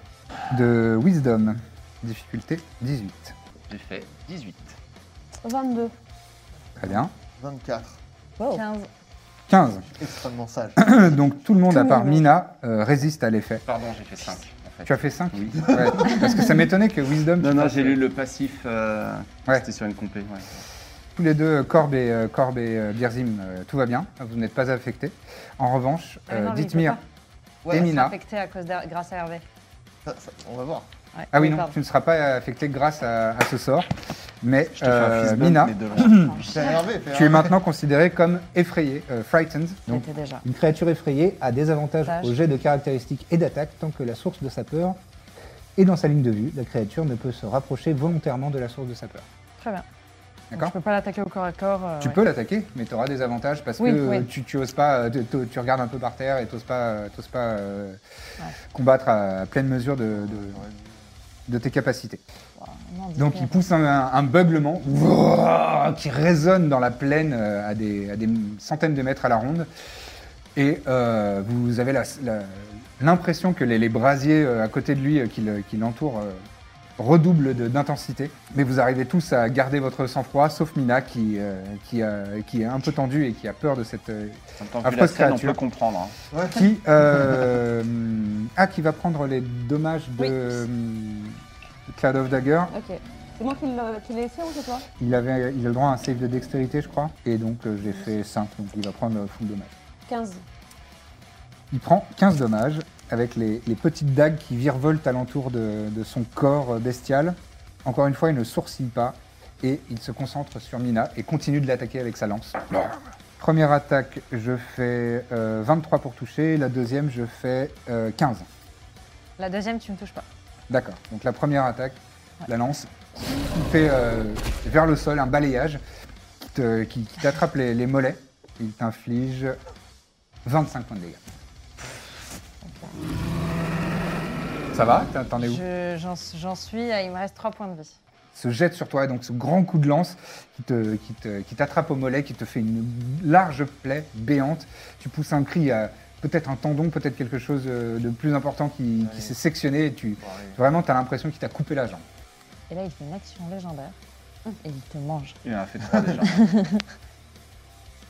de Wisdom. Difficulté 18.
J'ai fait 18.
22.
Très bien.
24.
15.
Oh. 15.
Extrêmement sage.
Donc tout le monde,
Tout
à
le
part
monde.
Mina, euh, résiste à l'effet.
Pardon, j'ai fait 5 en fait.
Tu as fait 5
Oui.
Parce que ça m'étonnait que Wisdom.
Non,
tu
non,
fasses,
j'ai
euh,
lu le passif. euh,
Ouais.
C'était sur une compé. Ouais.
Tous les deux, Corbe et, euh, Corbe et euh, Birzim, euh, tout va bien, vous n'êtes pas affectés. En revanche,
Ah, mais
euh,
non, lui, il
Dithmir,
peut
Ouais,
et
pas.
Mina.
Affecté à cause d'Her- grâce à Hervé.
Ça, ça, on va voir.
Ouais.
Ah oui,
Mais
non,
pardon.
tu ne seras pas affecté grâce à, à ce sort. Mais
Je te fais un
euh,
fist bump,
Mina,
mais de loin.
Fais Hervé, fais
tu es
Hervé.
maintenant considérée comme effrayée, euh, frightened. Donc,
J'étais déjà.
Une créature effrayée a des avantages
Tâche.
au jet de caractéristiques et d'attaque tant que la source de sa peur est dans sa ligne de vue. La créature ne peut se rapprocher volontairement de la source de sa peur.
Très bien. Donc,
D'accord
Ah, je peux pas l'attaquer au corps à corps. euh,
tu
ouais.
peux l'attaquer, mais tu auras des avantages parce
Oui,
que
oui.
euh, tu, tu oses pas, euh, tu, tu regardes un peu par terre et tu n'oses pas, euh, t'oses pas euh, combattre à pleine mesure de, de, de tes capacités.
Non, dis
Donc
rien.
il pousse un, un- un beuglement Wouah qui résonne dans la plaine euh, à des, à des centaines de mètres à la ronde. Et euh, vous avez la- la- l'impression que les, les brasiers euh, à côté de lui euh, qui le- qui l'entourent euh, redoublent de- d'intensité. Mais vous arrivez tous à garder votre sang-froid, sauf Mina qui, euh, qui, euh, qui est un peu tendue et qui a peur de cette... euh,
En même temps,
Affreuse
vu la scène, on
créature.
peut comprendre. hein.
qui, euh, ah, qui va prendre les dommages de
Oui.
euh, Cloud of Dagger.
Ok. C'est moi qui l'ai- qui l'ai laissé ou c'est toi
Il, avait, il a le droit à un save de dextérité, je crois. Et donc, euh, j'ai fait 5, donc il va prendre euh, full dommage.
15.
Il prend 15 dommages avec les, les petites dagues qui virevoltent alentour de, de son corps euh, bestial. Encore une fois, il ne sourcille pas et il se concentre sur Mina et continue de l'attaquer avec sa lance. Première attaque, je fais euh, 23 pour toucher. La deuxième, je fais euh, 15.
La deuxième, tu me touches pas.
D'accord. Donc la première attaque, la lance, il fait euh, vers le sol un balayage qui te- qui qui t'attrape les, les mollets. Il t'inflige 25 points de dégâts. Ça va T'en- T'en es où
Je- J'en j'en suis, à- il me reste 3 points de vie.
Se jette sur toi, donc ce grand coup de lance qui te- qui te- qui t'attrape au mollet, qui te fait une large plaie béante. Tu pousses un cri à peut-être un tendon, peut-être quelque chose euh, de plus important qui, qui s'est sectionné et tu, vraiment t'as l'impression qu'il t'a coupé la jambe.
Et là, il fait une action légendaire. Et il te mange.
Il en a fait 3 déjà.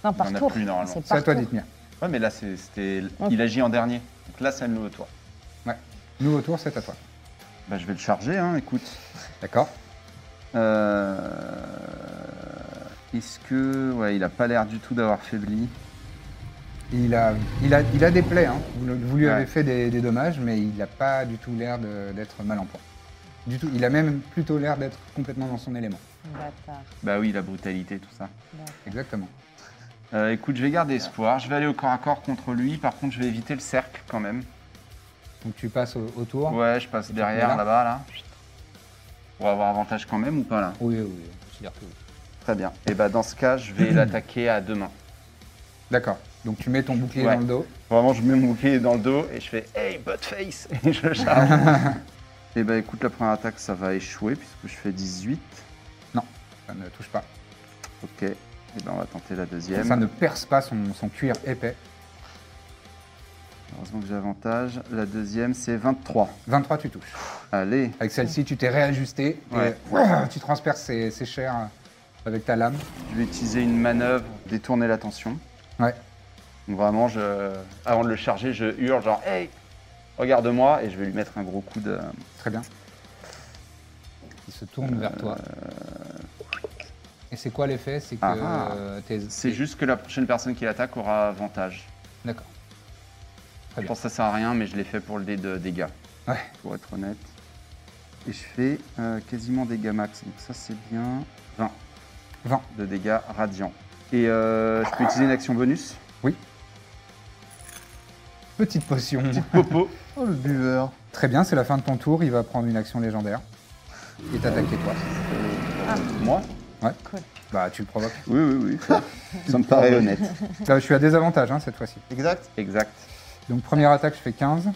Non, par
en a
tour.
plus, normalement.
C'est
C'est à
par
toi,
tour.
Dithmir.
Ouais, mais là, c'est- c'était.
Ok.
Il agit en dernier. Donc là, c'est à nouveau toi.
Nouveau tour, c'est à toi.
Bah, je vais le charger, hein, écoute.
D'accord
Euh, Est-ce que. Ouais, il a pas l'air du tout d'avoir faibli.
Il a, il a, il a des plaies, hein. vous, le- vous lui avez
Ouais.
fait des, des dommages, mais il n'a pas du tout l'air de- d'être mal en point. Du tout, il a même plutôt l'air d'être complètement dans son élément.
Bâtard.
Bah oui, la brutalité, tout ça.
Exactement.
Euh, écoute, je vais garder espoir. Je vais aller au corps à corps contre lui. Par contre, je vais éviter le cercle quand même.
Donc tu passes au, au tour.
Ouais, je passe
Et tu te
derrière,
mets là
là-bas, là. Pour avoir avantage quand même ou pas, là
Oui, oui, on considère que oui.
Très bien. Et bah, dans ce cas, je vais l'attaquer à deux mains.
D'accord. Donc tu mets ton bouclier
Ouais.
dans le dos.
Vraiment, je mets mon bouclier dans le dos et je fais Hey, buttface Et je le charge. et bah, écoute, la première attaque, ça va échouer puisque je fais 18.
Ça ne touche pas.
Ok. Et ben, on va tenter la deuxième.
Ça ne perce pas son, son cuir épais.
Heureusement que j'ai avantage. La deuxième, c'est 23.
23, tu touches.
Allez.
Avec celle-ci, tu t'es réajusté. et
Ouais.
ouah, tu transperces ses, ses chairs euh, avec ta lame.
Je vais utiliser une manœuvre, détourner l'attention.
Ouais.
Donc vraiment, je... avant de le charger, je hurle genre Hey, regarde-moi Et je vais lui mettre un gros coup de.
Très bien. Il se tourne vers
Euh.
toi. Et c'est quoi l'effet C'est que
Ah, ah.
euh, tes-
C'est juste que la prochaine personne qui l'attaque aura avantage.
D'accord. Très
Je
bien.
pense que ça sert à rien, mais je l'ai fait pour le dé de dégâts.
Ouais.
Pour être honnête. Et je fais euh, quasiment dégâts max. Donc ça, c'est bien 20
20.
de dégâts radiants. Et euh, je peux utiliser une action bonus
Petite potion.
Popo
Oh, le buveur.
Très bien, c'est la fin de ton tour. Il va prendre une action légendaire. Et t'attaquer toi.
Moi
Bah, tu le provoques.
Oui, oui, oui. Ça me paraît honnête.
Là, je suis à désavantage hein, cette fois-ci.
Exact
Exact.
Donc, première attaque, je fais 15.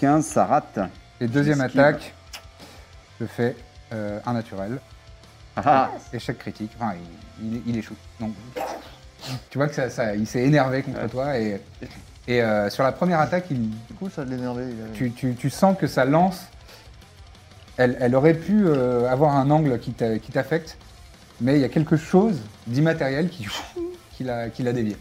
15, ça rate.
Et deuxième
J'esquive.
attaque, je fais euh, un naturel.
Ah,
Échec critique. Enfin, il, il- il échoue. Donc, tu vois que ça, ça- il s'est énervé contre toi. Et, et euh, sur la première attaque, il,
Du coup, ça de l'énerver. il a-
tu, tu- tu sens que sa lance, elle, elle aurait pu euh, avoir un angle qui t'a- qui t'affecte, mais il y a quelque chose d'immatériel qui, qui l'a qui l'a dévié.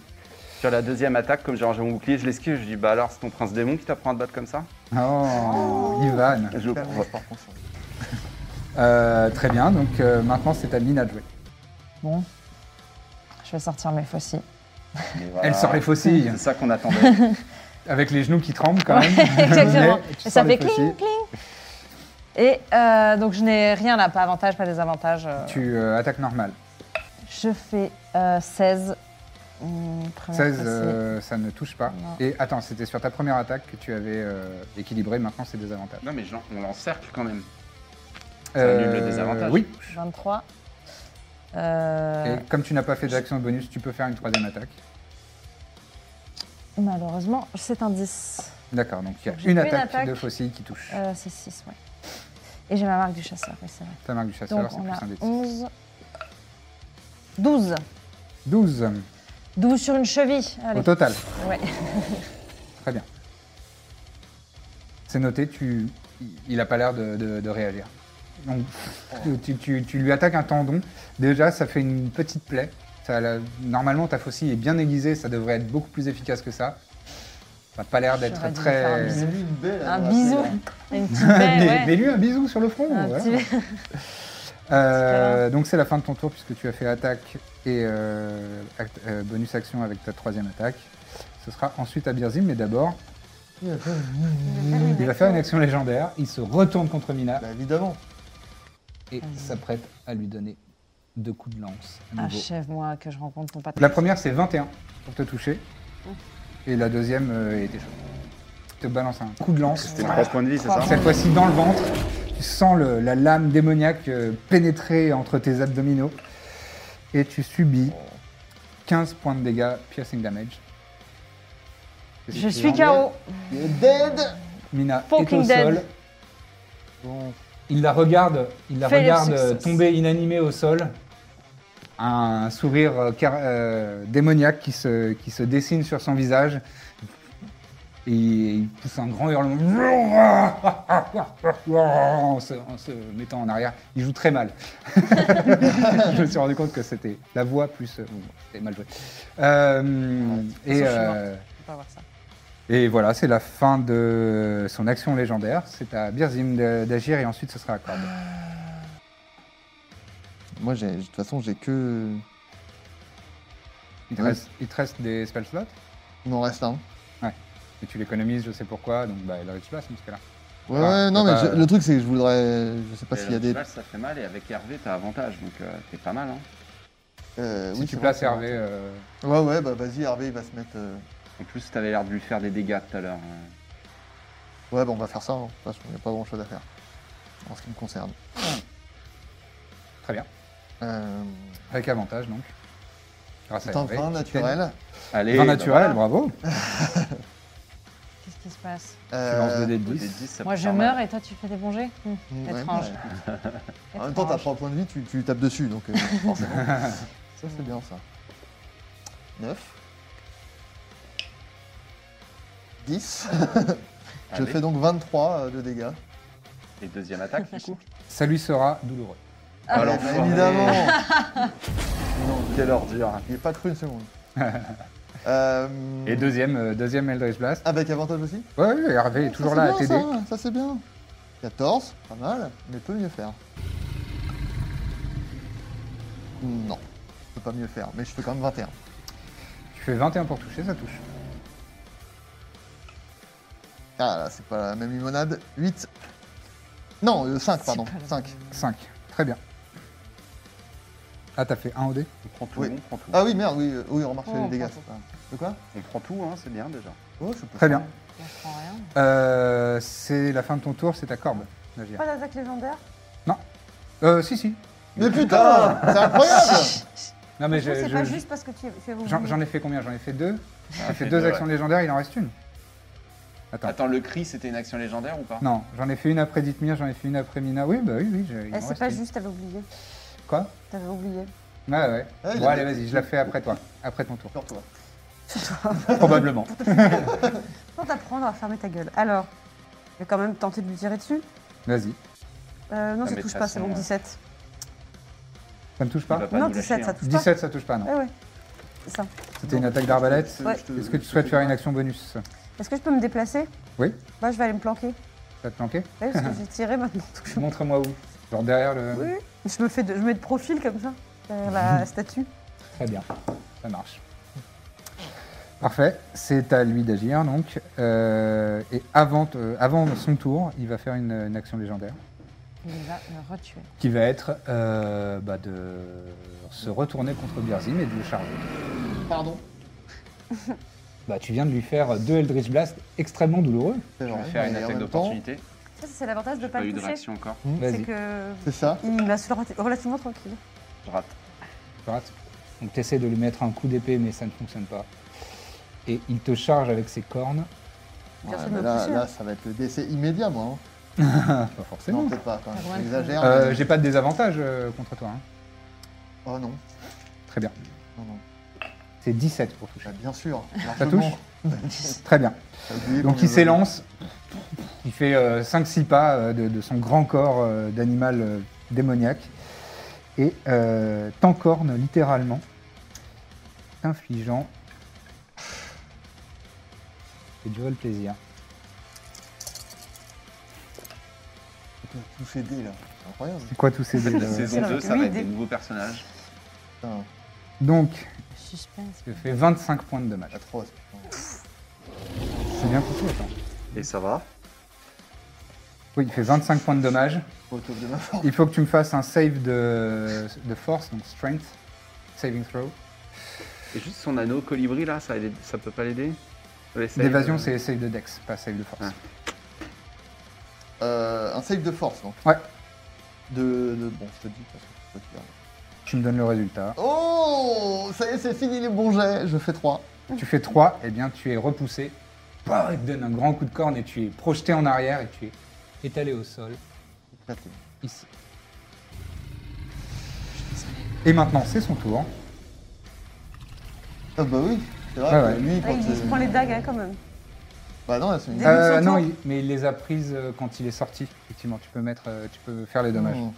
Sur la deuxième attaque, comme j'ai rangé mon bouclier, je l'esquive. Je dis Bah alors, c'est ton prince démon qui t'apprend à te battre comme ça
Oh, Ivan.
Je le
Super,
crois.
par contre.
Euh, très bien, donc euh, maintenant c'est à Nina de jouer.
Bon. Je vais sortir mes faucilles.
Mais voilà.
Elle sort les faucilles,
C'est ça qu'on attendait.
avec les genoux qui tremblent quand même.
Exactement.
Mais tu
Et ça
sors les
fait
faucilles.
cling, cling. Et euh, donc je n'ai rien là, pas avantage, pas désavantage. euh.
Tu euh, attaques normal.
Je fais euh, 16. Hum, première
16,
faucille.
euh, ça ne touche pas.
Non.
Et attends, c'était sur ta première attaque que tu avais euh, équilibré, maintenant c'est des avantages.
non, mais Jean, on l'encercle quand même. Ça annule le désavantage.
Euh, Oui,
23. Euh,
et comme tu n'as pas fait d'action bonus, tu peux faire une troisième attaque.
Malheureusement, c'est un 10.
D'accord, donc il y a
Donc j'ai
une
une
attaque,
attaque.
de faucille qui touche.
Euh, c'est 6, ouais. Et j'ai ma marque du chasseur, oui, c'est vrai.
Ta marque du chasseur,
Donc
c'est
on a
plus un des six.
11. 12.
12
12 sur une cheville. Allez.
au total.
Ouais.
Très bien. C'est noté, tu... il n'a pas l'air de, de- de réagir. Donc, tu, tu- tu lui attaques un tendon. Déjà, ça fait une petite plaie. Ça, la- Normalement, ta faucille est bien aiguisée, ça devrait être beaucoup plus efficace que ça. Ça n'a pas l'air
J'aurais
d'être
dû lui faire un
très.
bisou.
Mais lui, une belle,
Un
hein,
bisou.
c'est-
Une petite baie,
mais,
ouais.
mais lui, un bisou sur le front.
Un
voilà.
petit baie.
Euh, donc, c'est la fin de ton tour puisque tu as fait attaque et euh, act- euh, bonus action avec ta troisième attaque. Ce sera ensuite à Birzim, mais d'abord,
Il a fait-
il va faire une action légendaire. Il se retourne contre Mina.
Bah, évidemment.
et s'apprête à lui donner deux coups de lance. à nouveau.
Achève-moi que je rencontre ton patron.
la première, c'est 21 pour te toucher. Et la deuxième euh, est échouée. Te balance un coup de lance.
C'était 3 points de vie, c'est ça
Cette fois-ci dans le ventre. Tu sens le- la lame démoniaque euh, pénétrer entre tes abdominaux. Et tu subis 15 points de dégâts piercing damage.
Je suis KO.
Il est dead
Mina est au
Fucking dead.
sol.
Bon,
Il la regarde, il la
Fail of
regarde euh,
success.
tomber inanimée au sol. Un sourire euh, car- euh, démoniaque qui se, qui se dessine sur son visage. Et il pousse un grand hurlement en se, en se mettant en arrière. Il joue très mal. Je me suis rendu compte que c'était la voix plus... euh, bon, c'était mal joué. Euh, et,
façon, je suis morte.
euh,
Faut pas voir ça.
et voilà, c'est la fin de son action légendaire. C'est à Birzim de- d'agir et ensuite ce sera à Corbe.
Moi, j'ai- de toute façon, j'ai que.
Il te,
Ouais.
reste, il te reste des spell slots
Il m'en reste un.
et tu l'économises, je sais pourquoi, donc bah, il reste pas dans ce cas-là.
Euh, Ouais,
Ah,
ouais, non,
t'as
mais
pas-
je- le truc, c'est que je voudrais. Je sais pas
Et
s'il y a
là,
des.
là, ça fait mal et avec Hervé, t'as avantage, donc euh, t'es pas mal. Hein.
Euh,
Si
oui,
tu
c'est
places
vrai,
Hervé, euh,
c'est vrai. Ouais, ouais, bah vas-y, Hervé, il va se mettre. euh,
En plus, t'avais l'air de lui faire des dégâts tout à l'heure. euh.
Ouais, bah on va faire ça, hein. de toute façon, il n'y a pas grand chose à faire. En ce qui me concerne.
très bien.
Euh...
Avec avantage donc. Grâce
C'est un
Bah, Hervé,
vin
qui
naturel.
t'aide.
Allez,
Vin
bah
naturel,
voilà.
bravo.
Qu'est-ce qui se passe
Tu lances
Euh,
le dé de
Des
10.
10, ça
Moi
peut
je
faire mal.
meurs et toi tu fais des bons Hum,
ouais,
Étrange.
mais- En même temps, t'as trois points de vie, tu, tu tapes dessus, donc euh, forcément. ça, c'est bien, ça. 9. 10. Je
Allez.
fais donc 23 euh, de dégâts.
Et deuxième attaque, du coup.
Ça lui sera douloureux.
Ah,
Alors,
bah,
faut-
évidemment
Non, quelle ordure.
J'y ai pas cru une seconde. Euh,
Et deuxième, euh, deuxième Eldritch Blast.
Avec avantage aussi
Ouais, ouais, Hervé est toujours
Ah, Ça,
là à
c'est
t'aider.
bien, Ça, ça, c'est bien. 14, pas mal, mais peut mieux faire. Non, je peux pas mieux faire, mais je fais quand même 21.
Tu fais 21 pour toucher, ça touche.
Ah là, c'est pas la même limonade. 8. Non, 5, pardon. 5.
5. Très bien. Ah, t'as fait 1 au dé
On prend tout,
Oui.
on prend tout.
Ah oui, merde, oui, euh, oui, remarque
Oh,
les
on
dégâts.
prend
c'est pas- De quoi
On prend tout, hein, c'est bien déjà.
Oh, je peux.
Très bien.
Moi, je prends rien.
Euh, c'est la fin de ton tour, c'est ta corde, Nagia.
Pas d'attaque légendaire
Euh, si, si.
Mais putain, c'est incroyable
Non, mais
Je
je-
sais pas
je-
juste parce que tu tu as voulu.
j'en j'en ai fait combien J'en ai fait deux. J'ai fait
fait
deux
deux,
actions
ouais.
légendaires, il en reste une. Attends.
Attends, le cri, c'était une action légendaire ou pas
Non, j'en ai fait une après Dithmir, j'en ai fait une après Mina. Oui, bah oui, oui. j'ai- il en
Eh, C'est
reste
pas
une.
juste, t'avais oublié.
Quoi
T'avais oublié.
Ouais, ouais.
Ah, il
bon,
a-
allez, vas-y, je la fais après toi. Après ton tour.
Sur toi.
Probablement.
Pour t'apprendre à fermer ta gueule. Alors, je vais quand même tenter de lui tirer dessus.
Vas-y.
Euh, non,
Ah,
ça
mais
touche
de
pas,
toute
c'est bon,
façon,
17.
Ça me touche
Il
pas
va pas
non,
nous
17,
lâcher,
ça
hein.
touche
17, ça touche pas,
pas.
non
Eh Ouais, ouais. C'est ça.
C'était une attaque d'arbalète.
Ouais.
Est-ce que tu souhaites faire une action bonus
Est-ce que je peux me déplacer
Oui.
Moi, je vais aller me planquer.
Ça te planquer
Ouais, parce que j'ai tiré maintenant. donc je...
Montre-moi où. Genre derrière le.
Oui. Je me fais de... je mets de profil comme ça, derrière la statue.
Très bien, ça marche. Parfait, c'est à lui d'agir donc. Euh, et avant, euh, avant son tour, il va faire une, une action légendaire
Il va me retuer.
qui va être euh, bah, de se retourner contre Birzim et de le charger.
Pardon.
Bah, tu viens de lui faire deux Eldritch Blast extrêmement douloureux.
C'est
On va
vrai,
faire une
mais en
attaque
même temps,
d'opportunité.
Ça, c'est l'avantage de
J'ai
pas
pas eu
le
de
toucher.
réaction encore.
C'est
Vas-y,
que.
C'est ça.
Il me laisse relati- relativement tranquille.
Je rate.
tu rates. Donc tu essaies de lui mettre un coup d'épée mais ça ne fonctionne pas. Et il te charge avec ses cornes.
Ouais,
Personne
mais
ne
là,
touché,
là,
hein.
ça va être le décès immédiat, moi. hein.
Ah, pas forcément.
Non, peut-être pas, quand même.
Loin de
J'exagère.
Euh,
mais-
J'ai pas de désavantage euh, contre toi. hein.
Oh non.
Très bien.
Non, non.
C'est 17 pour toucher.
Bah, bien sûr.
Ça
largement.
touche Très bien.
T'as oublié
Donc
qu'on
il
avait-
s'élance, il fait 5-6 pas euh, de, de son grand corps euh, d'animal euh, démoniaque et euh, t'encorne littéralement, infligeant. C'est du vol plaisir.
Putain, Touche les dés, là. C'est incroyable.
C'est quoi tous ces dés,
La
euh,
saison
vrai
2,
que
ça
oui,
va être
des-
des nouveaux personnages.
Putain,
Donc,
Suspense.
je fais 25 points de dommage.
atroce. putain.
C'est bien pour tout, attends.
Et ça va
Oui, il fait 25 points de dommage.
Pas au top de ma forme.
Il faut que tu me fasses un save de, de force, donc strength, saving throw.
Et juste son anneau colibri là, ça, aide- ça peut pas l'aider Les saves,
D'évasion,
euh,
c'est save de dex, pas save de force.
Ah.
Euh, un save de force, donc.
Ouais.
De, de- Bon, je te dis, parce que c'est toi qui gardes.
Tu me donnes le résultat.
Oh Ça y est, c'est fini les bons jets. Je fais 3.
Tu fais 3, et bien tu es repoussé. Pouah, il te donne un grand coup de corne et tu es projeté en arrière et tu es étalé au sol,
Éclaté.
ici. Et maintenant, c'est son tour.
Ah bah oui, c'est vrai
Ouais,
que
ouais.
lui, quand...
Ouais, il se
euh,
prend les Ah dagues hein, quand même.
Bah non, là, c'est une...
Début de son
Euh, non,
tour.
il- mais il les a prises euh, quand il est sorti. Effectivement, tu peux, mettre, euh, tu peux faire les dommages.
Hmm.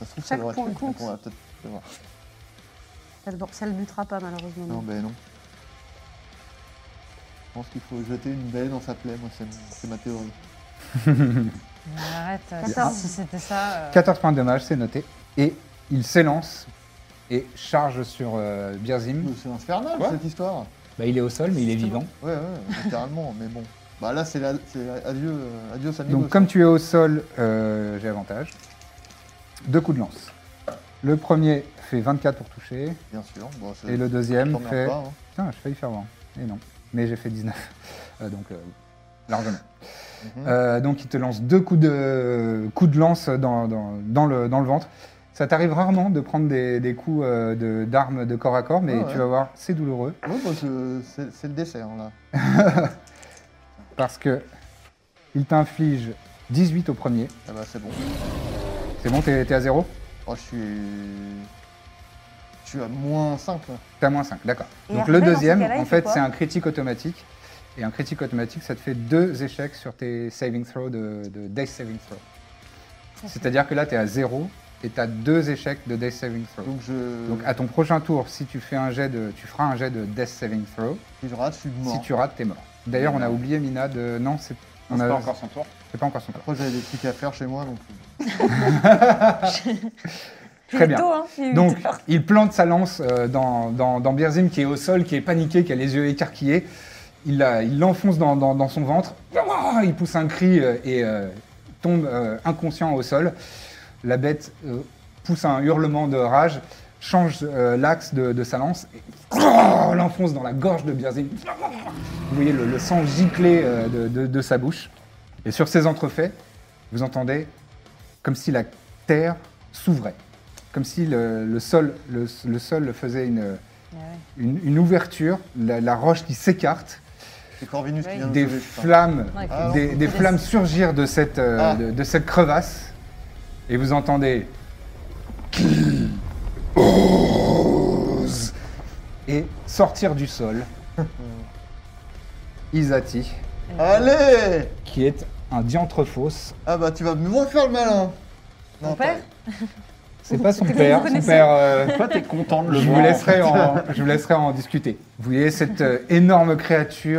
Ça se trouve, ça
Chaque
devrait
point
être-
compte.
on va peut-être le voir.
Ça le- Ça le butera pas malheureusement.
Non, ben non. Je pense qu'il faut jeter une baie dans sa plaie, moi, c'est c'est ma théorie.
Mais arrête, euh,
Quatorze.
si c'était ça. euh,
14 points de dommage, c'est noté. Et il s'élance et charge sur euh, Birzim.
Mais C'est infernal
Quoi
cette histoire.
Bah, il est au sol, mais il est vivant.
Ouais, ouais, littéralement, mais bon. Bah là, c'est la- c'est la- adieu, euh, adieu Sammy
Donc,
Ghost.
comme tu es au sol, euh, j'ai avantage. Deux coups de lance. Le premier fait 24 pour toucher,
Bien sûr. Bon, ça-
et le
ça
deuxième
t'emmerde
fait.
pas, hein.
Putain, j'ai failli faire 20. hein. Et non. Mais j'ai fait 19. Euh, donc, euh, largement.
Mhm.
Euh, donc, il te lance deux coups de, coups de lance dans, dans- dans le, dans le ventre. Ça t'arrive rarement de prendre des, des coups euh, de- d'armes de, corps à corps, mais
Ah ouais.
tu vas voir, c'est douloureux.
Ouais, bah, je- c'est c'est le dessert là.
Parce que il t'inflige 18 au premier.
Ah bah c'est bon.
C'est bon, t'es t'es à 0
Oh, je suis. Je suis à moins 5 là.
T'es à moins 5, d'accord.
Et
Donc
après,
le
dans ces
deuxième,
cas-là, il
en
fait
fait,
quoi
c'est un critique automatique. Et un critique automatique, ça te fait deux échecs sur tes saving throws de, de Death Saving Throw. C'est-à-dire que là, tu es à 0 et tu as deux échecs de Death Saving Throw.
Donc je.
Donc à ton prochain tour, si tu fais un jet de, tu feras un jet de Death Saving Throw.
si je rate, je suis mort.
Si tu rates, t'es mort. D'ailleurs, on a oublié Mina de. Non, c'est. on
C'est
a-
pas encore son tour.
c'est pas encore son tour.
Après, j'avais des trucs à faire chez moi donc.
Très bien.
Tôt, hein, il est huit
Donc,
heures.
il plante sa lance euh, dans, dans, dans Birzim qui est au sol, qui est paniqué, qui a les yeux écarquillés. Il la- il l'enfonce dans, dans- dans son ventre. Ah Il pousse un cri euh, et euh, tombe euh, inconscient au sol. La bête euh, pousse un hurlement de rage, change euh, l'axe de, de sa lance et ah l'enfonce dans la gorge de Birzim. Ah Vous voyez le, le sang gicler euh, de, de- de sa bouche. Et sur ces entrefaits, vous entendez comme si la terre s'ouvrait comme si le, le sol, le, le sol faisait une, une, une ouverture, la, la roche qui s'écarte,
C'est Corvinus qui
Oui.
vient de
des
sauver, putain.
flammes,
Ouais,
Ah,
des,
non.
des flammes surgir de cette, euh,
Ah.
de, de cette crevasse, et vous entendez qui ose et sortir du sol Isati,
Allez
qui est un diantre fausse.
Ah bah tu vas me refaire le malin
Mon père
C'est pas son père, son
connaissez
père. euh,
Toi, t'es content de le
je
voir.
vous, laisserai en, je vous laisserai en discuter. Vous voyez cette euh, énorme créature.